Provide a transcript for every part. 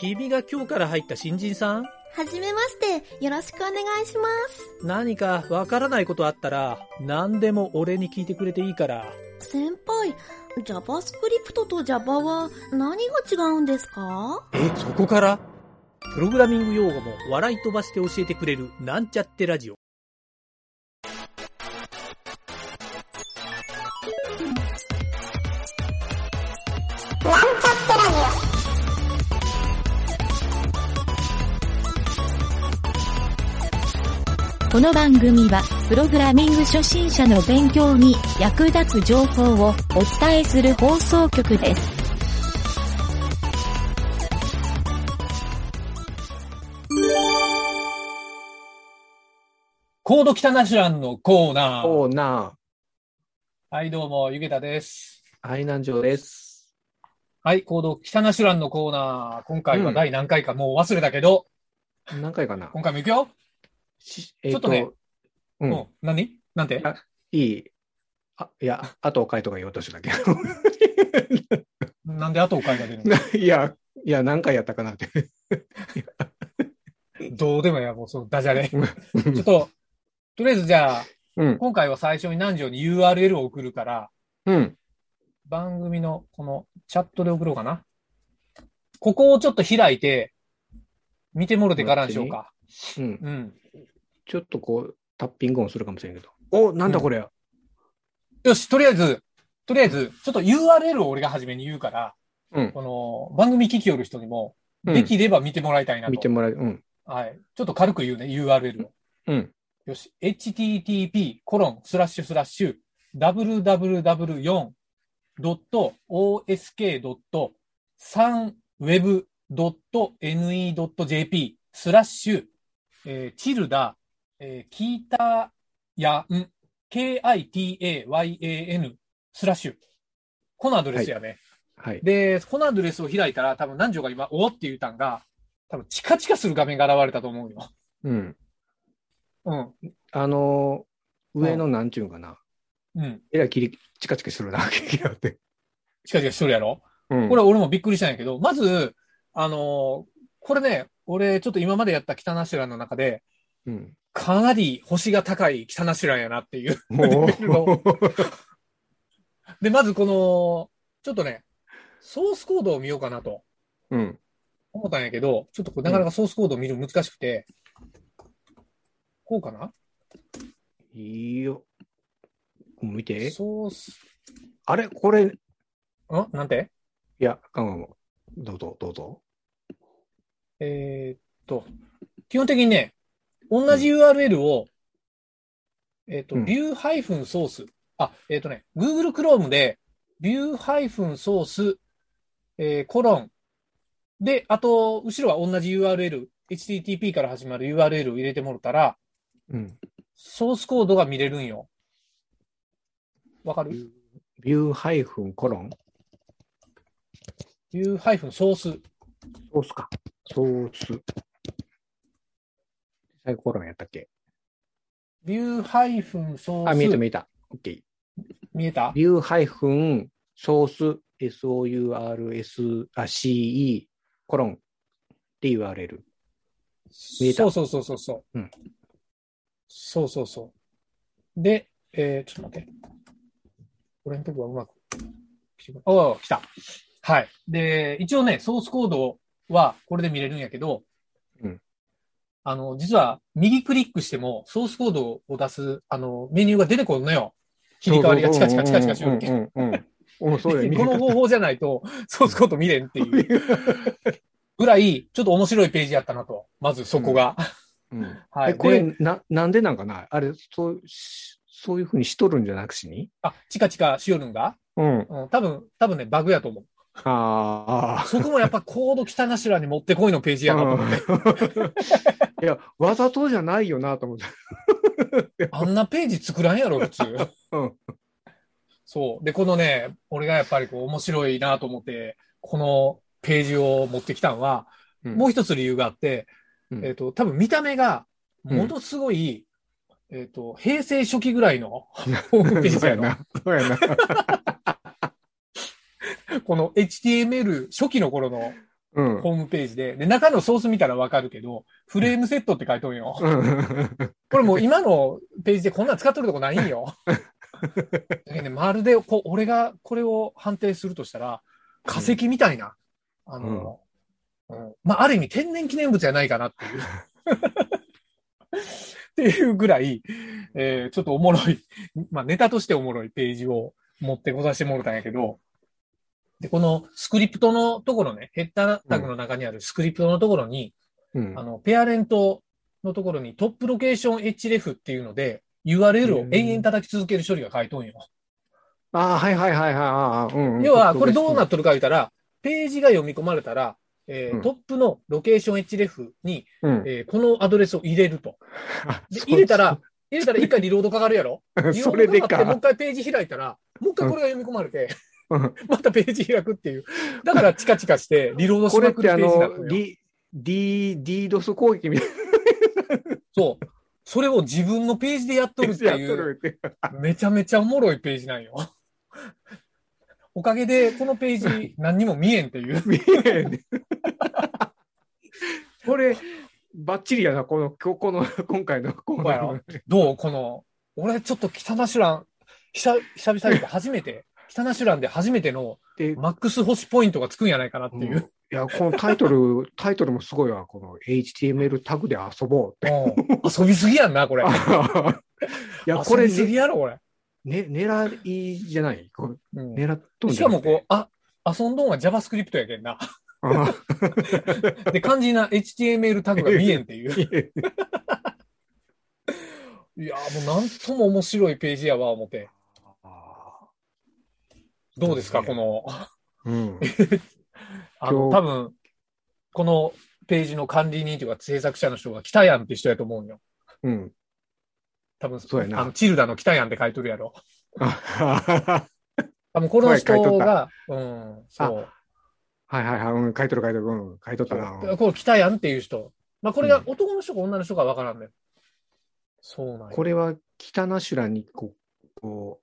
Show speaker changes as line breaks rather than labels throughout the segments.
君が今日から入った新人さん
はじめまして、よろしくお願いします。
何かわからないことあったら、何でも俺に聞いてくれていいから。
先輩、JavaScript と Java は何が違うんですか
え、そこからプログラミング用語も笑い飛ばして教えてくれる、なんちゃってラジオ。
この番組は、プログラミング初心者の勉強に役立つ情報をお伝えする放送局です。
コード汚し欄のコーナー。
コーナ
はい、どうも、ゆげたです。
ー、愛南城です。
はい、コード汚し欄のコーナー。今回は第何回か、もう忘れたけど、
何回かな
今回も行くよ。
し
ちょっとね。
えー
う
うんん、。
何なんて
あいい。あ、いや、あとを書いとか言おうとしたんだけ
なんで後を書いてあげ るの
ど。 いや、いや、何回やったかな って。
どうでもいいや、もうそのダジャレ。ちょっと、とりあえずじゃあ、
うん。
今回は最初に何条に URL を送るから、
うん。
番組のこのチャットで送ろうかな。ここをちょっと開いて、見てもろてからにしようか。
うん。
うん。
ちょっとこう、タッピング音するかもしれんけど。お、なんだこれ、
よし、とりあえず、とりあえず、ちょっと URL を俺が初めに言うから、
うん
この番組聞きよる人にも、
うん
できれば見てもらいたいなと。
見てもらえる。うん。
はい。ちょっと軽く言うね、URL を。
うん。
よし、http コロンスラッシュスラッシュ www4.osk.3web.ne.jp スラッシュ、えーチルダ、えー、キータヤン、k-i-t-a-y-a-n スラッシュ。このアドレスやね。
はい。
で、このアドレスを開いたら、多分南條が今、おおって言うたんが、多分チカチカする画面が現れたと思うよ。
うん。
うん。
あのー上のなんちゅうんかな。
うん。
えらい切り、チカチカするな、 ケーキがあって。
チカチカしとるやろ、
うん
これ俺もびっくりしたんやけど、まず、あのーこれね、俺ちょっと今までやった汚しらの中で、
うん。
かなり星が高い汚しらやなっていう。
も
レベルので、まずこの、ちょっとね、ソースコードを見ようかなと
う、うん。
思ったんやけど、ちょっとこれなかなかソースコードを見るの難しくて、こうかない
い よ。見て。
ソース、
あれこれ、
んなんて
いや、かもも。どうぞ、どうぞ。
えーっと、基本的にね、同じ URL を、えーっと、
うん
view-source。あ、えーっとね、Google Chrome で view-source、えーコロン。で、あと、後ろは同じ URL、http から始まる URL を入れてもらったら、
うん。
ソースコードが見れるんよ。わかる
ビューハイフンコロン。
?view-source。
ソースか。ソース。最後コロンやったっけ
view-source。
あ、見えた見えた。オッケー。
見えた
ビューハイフンソース source あ ce コロンって言われる。見え
そ
た
うそうそうそうそう。
うん
そうそうそう。で、えー、ちょっと待って。俺のとこはうまく。おー、来た。はい。で、一応ね、ソースコードはこれで見れるんやけど、
うん
あの、実は右クリックしてもソースコードを出す、あの、メニューが出てこんのよ。切り替わりがチカチカチカチカしよるけん
うんうんうんうん。うんそう だよ、見
この方法じゃないと、ソースコード見れんっていう
えた
ぐらい、ちょっと面白いページやったなと。まずそこが。
うん
は
え
い。
こ
で
れな、なんでなんかなあれ、そう、しそういうふうにしとるんじゃなくしに
あ、チカチカしよるんが、
うん。
うん、多分、多分ね、バグやと思う。
あ
そこもやっぱコード汚しらに持ってこいのページやなと思って。
あ。いや、わざとじゃないよなと思って。
あんなページ作らんやろ、普通。
うん
そう。で、このね、俺がやっぱりこう面白いなと思って、このページを持ってきたのは、
うん
もう一つ理由があって、
うん
えっ、と、多分見た目が、ものすごい、えっ、と、平成初期ぐらいの ホームページ
そう
や
や
な。
な。そうやな。
この HTML 初期の頃の
うん。
ホームページで。で、中のソース見たらわかるけど、フレームセットって書いとんよ。これもう今のページでこんなん使っとるとこないんよ。だけどね、まるでこう俺がこれを判定するとしたら、化石みたいな、あの、うんまあ、ある意味天然記念物じゃないかなっていう。っていうぐらい、えーちょっとおもろい、まあ、ネタとしておもろいページを持ってこさせてもらったんやけど、で、このスクリプトのところね、ヘッダータグの中にあるスクリプトのところに、
うん
あの、ペアレントのところにトップロケーション href っていうので、URL を延々叩き続ける処理が書いとんよ。
ああ、はいはいはいはい。うん、
要は、これどうな
っ
っとるか言ったら、ページが読み込まれたら、えー
うん
トップのロケーション href に、
うん、
えーこのアドレスを入れると。 で、入れたら、入れたら一回リロードかかるやろ
ら
リロ
そ
ー
れで
ドかかって、もう
か
一。回ページ開いたら、もう一回これが読み込まれて、
うん
またページ開くっていう。だから、チカチカして、リロードし
これ
ま
っ
くる
て
ペ
あ
ージになる
の、
のよ。
D、D、DDoS 攻撃みたい
そう。それを自分のページでやっとる
なや
っ
つ
て
やっ
いう
と。るって。
めちゃめちゃおもろいページなんよ。おかげで、このページ、何にも見えんっていう。
見えへんねこれ、 バッチリやな、この、今日、この、今回のコーナーの。
どうこの、俺ちょっと北ナシュラン、久久々に初めて、北ナシュランで初めての
で
マックス星ポイントがつくんやないかなっていうう。
んいや、このタイトル、タイトルもすごいわ。この HTML タグで遊ぼ うって。
うん遊びすぎやんな、これ。
いや、これ、
遊びすぎ
ね、
やろ、これ。
ね狙いじゃない。こう
うん
狙っとん
し
じ
か
ゃな
も
くて
こう、あ、遊んどんは JavaScript やけんな。
ああ
で、肝心な HTML タグが見えんっていう。いやーもうなんとも面白いページやわ、思って。どうですか、この。
うん。
あの、
今日
多分、このページの管理人というか制作者の人が北やんって人やと思うんよ。
うん。
多分、
そうやな
あのチルダの北やんって書いとるやろ。
あ
多分、この人
はい書いとっ
が、うん、そう。
はいはいはい。うん、書いとる書いとる。うん、書いとったな。
そうこの北やんっていう人。まあ、これが
うん
男の人か女の人かわからんね、そうなんや
これは、北ナシュラにこう、こ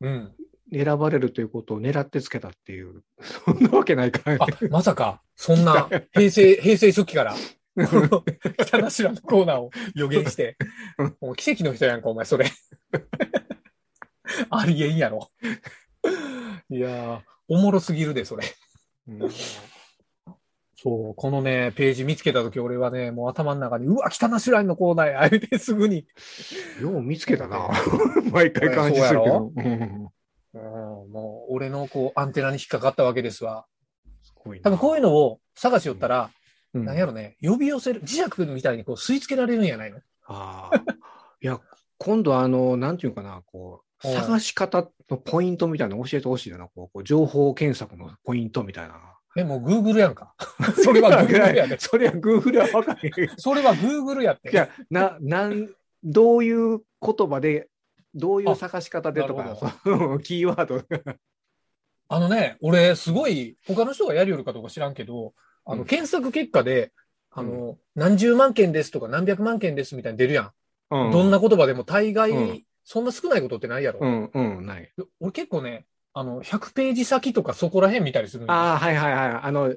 うん。
う、選ばれるということを狙ってつけたっていう、そんなわけないか
あ、まさか、そんな、平成、平成初期から、この北頭のコーナーを予言して、もう奇跡の人やんか、お前、それ。 ありえんやろ。いやー、おもろすぎるで、それ。
うん
そう、このね、ページ見つけたとき、俺はね、もう頭の中に、うわ、北ナシュランのコーナーや、あれですぐに。
よう見つけた な。毎回感じするけど。うん
うん、もう、俺のこう、アンテナに引っかかったわけですわ。
すごいな
多分こういうのを探しよったら、
うん
なんやろね、呼び寄せる、磁石みたいにこう、吸い付けられるんやないの
ああ。いや、今度あの、なんていうかな、こう、
うん
探し方のポイントみたいなの教えてほしいよな、こう、こう情報検索のポイントみたいな。
え、もう Google やんか。 それは Google やね。
それは Google は分かんない。い
それは Google やって。
や、な、なん、どういう言葉で、どうい
あ
う探し方でと
なるほ、
かそうキーワード。
あのね、俺、すごい、他の人がやりよるかどうか知らんけど、あの、
うん
検索結果で、あの、何十万件ですとか何百万件ですみたいに出るやん。
うん
どんな言葉でも大概、
うん
そんな少ないことってないやろ。
うん、うん、ない。
俺結構ね、あの、100ページ先とかそこら辺見たりするのよ
ああ、はいはいはい。あの、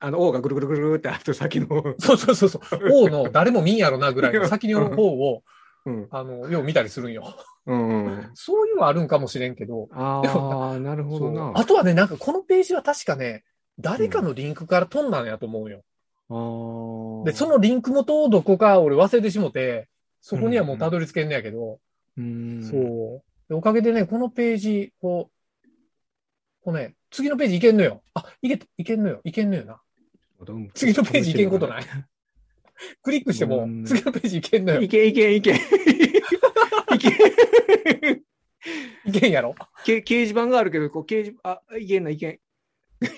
あの、王がぐるぐるぐるぐるってあと先の。
そうそうそうそう。王の誰も見んやろなぐらいの先の方を、
うん、
あの、よう見たりするんよ。
うん。
そういうのはあるんかもしれんけど、
ああ、なるほど
そう
な。
あとはね、なんかこのページは確かね、誰かのリンクから飛んだんやと思うよ。
あ
で、そ、のリンク元をどこか俺忘れてしもて、そこにはもうたどり着けんねやけど、
うん、
そうでおかげでね、このページ、こう、こうね、次のページいけんのよ。あ、いけ、いけんのよ。いけんのよな。
うん。
次のページいけんことないいクリックしても
うん、
次のページいけんのよ。
いけいけいけ。いけ。
いけんやろ。
け掲示板があるけど、こう掲示、あ、いけんな、いけん。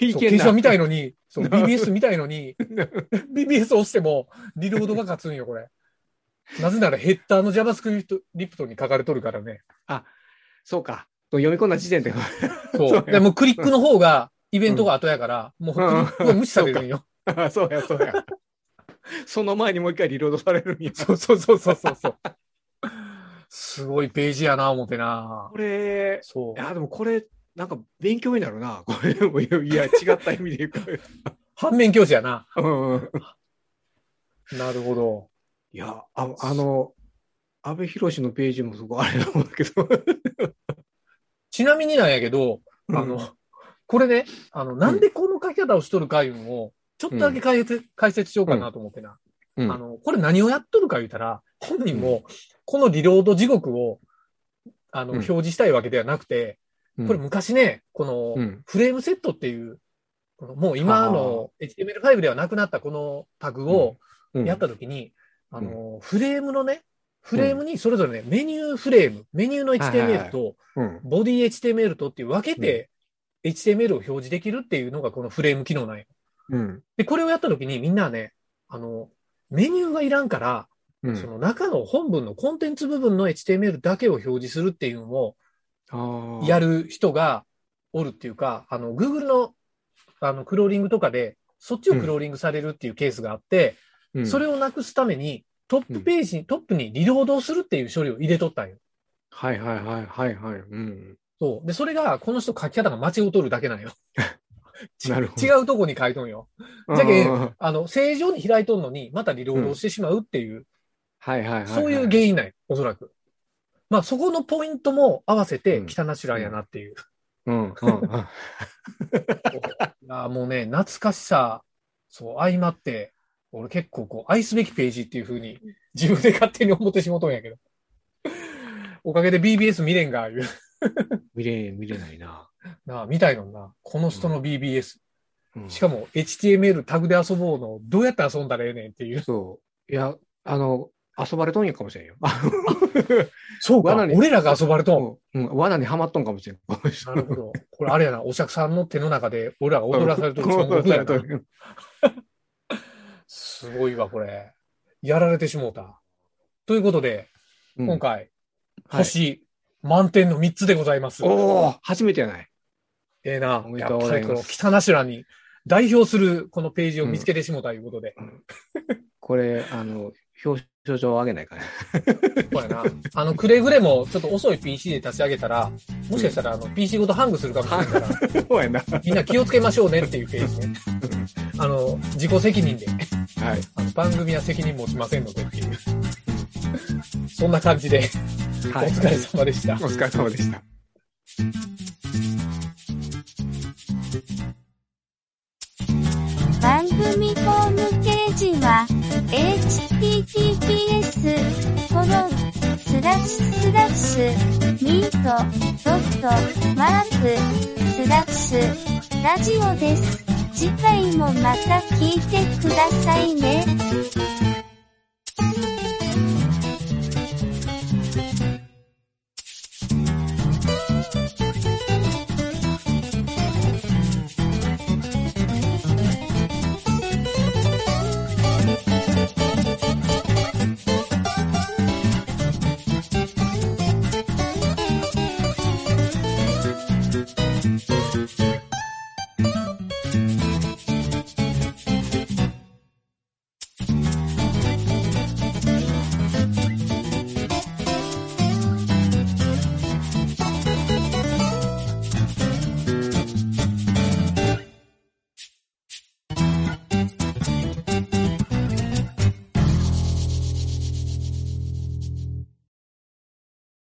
い
そう
け
掲
ん
示
な。
板みたいのに、そう、
な
BBS みたいのに、BBS 押しても、リロードが勝つんよ、これ。なぜならヘッダーの JavaScript リプトに書かれとるからね。
そうか。読み込んだ時点で。
そ。
そうう
でもうクリックの方が、イベントが後やから、もうクリックは無視されるんよ。
あ そうや、そうや。 その前にもう一回リロードされるんや。
そうそうそうそうそうそう。すごいページやな、思ってな。
これ、
そ。
いうや、でもこれ、なんか勉強になるな。これ、いや、違った意味で言うから。
反面教師やな。
うん。
なるほど。
いや、ああの、安倍博のページもすごいあれなんだけど。
ちなみになんやけど、あ
うん
の、これね、あの、なんでこの書き方をしとるかいうんを、ちょっとだけ解説、解説しようかなと思ってな。
うん
あの、これ何をやっとるか言うたら、本人も、このリロード地獄を、あの、
うん
表示したいわけではなくて、これ昔ね、この、
うん、
フレームセットっていう、このもう今の HTML5 ではなくなったこのタグを
うん
やったときに、あの、フレームのね、フレームにそれぞれね、メニューフレーム、メニューの
はいはいは
HTML
い
と、
うん。
ボディ HTML とっていう分けて、HTML を表示できるっていうのがこのフレーム機能なんよ。
うん。
で、これをやったときにみんなはね、あの、メニューがいらんから、
うん。
その中の本文のコンテンツ部分の HTML だけを表示するっていうのを、
ああ。
や
る。
る人がおるっていうか、あの、Google の、あの、クローリングとかで、そっちをクローリングされるっていうケースがあって、それ
を。
をなくすために、トップページに、トップにリロードをするっていう処理を入れとったんよ。
はいはいはいはいはい。うん。
そう。で、それが、この人書き方が間違うとるだけなんよ。ち
なるほど
違うとこに書いとんよ。じゃけん
あー
あの、正常に開いとんのに、またリロードをしてしまうっていう、
はいはいはいはい。
そういう原因なんよ、おそらく。まあ、そこのポイントも合わせて、
うん
北ナチュラルやなっていう。
うん。うん。うん
いやーもうね、懐かしさ、そう、相まって、俺結構こう、愛すべきページっていう風に、自分で勝手に思ってしもうとんやけど。おかげで BBS 見れんが、いう
見れ、見れないな。
なあ、見たいのにな。この人の BBS。
うん
しかも HTML タグで遊ぼうの、どうやって遊んだらええねんっていう。
そう。いや、あの、遊ばれとんやかもしれんよ。
そうか、
罠に
俺らが遊ばれとん。
うん。罠にはまっとんかもしれん。
なるほど。これあれやな、お釈さんの手の中で、俺らが踊らされとる孫悟空やな。すごいわ、これ。やられてしもうた。ということで、
うん
今回、
はい
星満点の3つでございます。
おお初めてやない。
ええな
お。めで
や
とう
っ
ご
ぱ
ざい
り
ます
この北なしらに代表するこのページを見つけてしもうたということで。
これ、あの、表彰状をあ げないかね。
そうやな。あの、くれぐれもちょっと遅い PC で立ち上げたら、もしかしたらあの PC ごとハングするかもしれない から、
そうやな。
みんな気をつけましょうねっていうページね。あの、自己責任で、
はい。
あの番組は責任持ちませんのでっていう。そんな感じで、お
はい
疲れ様でした
お。疲れ様でした。
番組ホームページは https コロンスラッシュスラッシュミートドットマークスラッシュラジオです。次回もまた聞いてくださいね。
「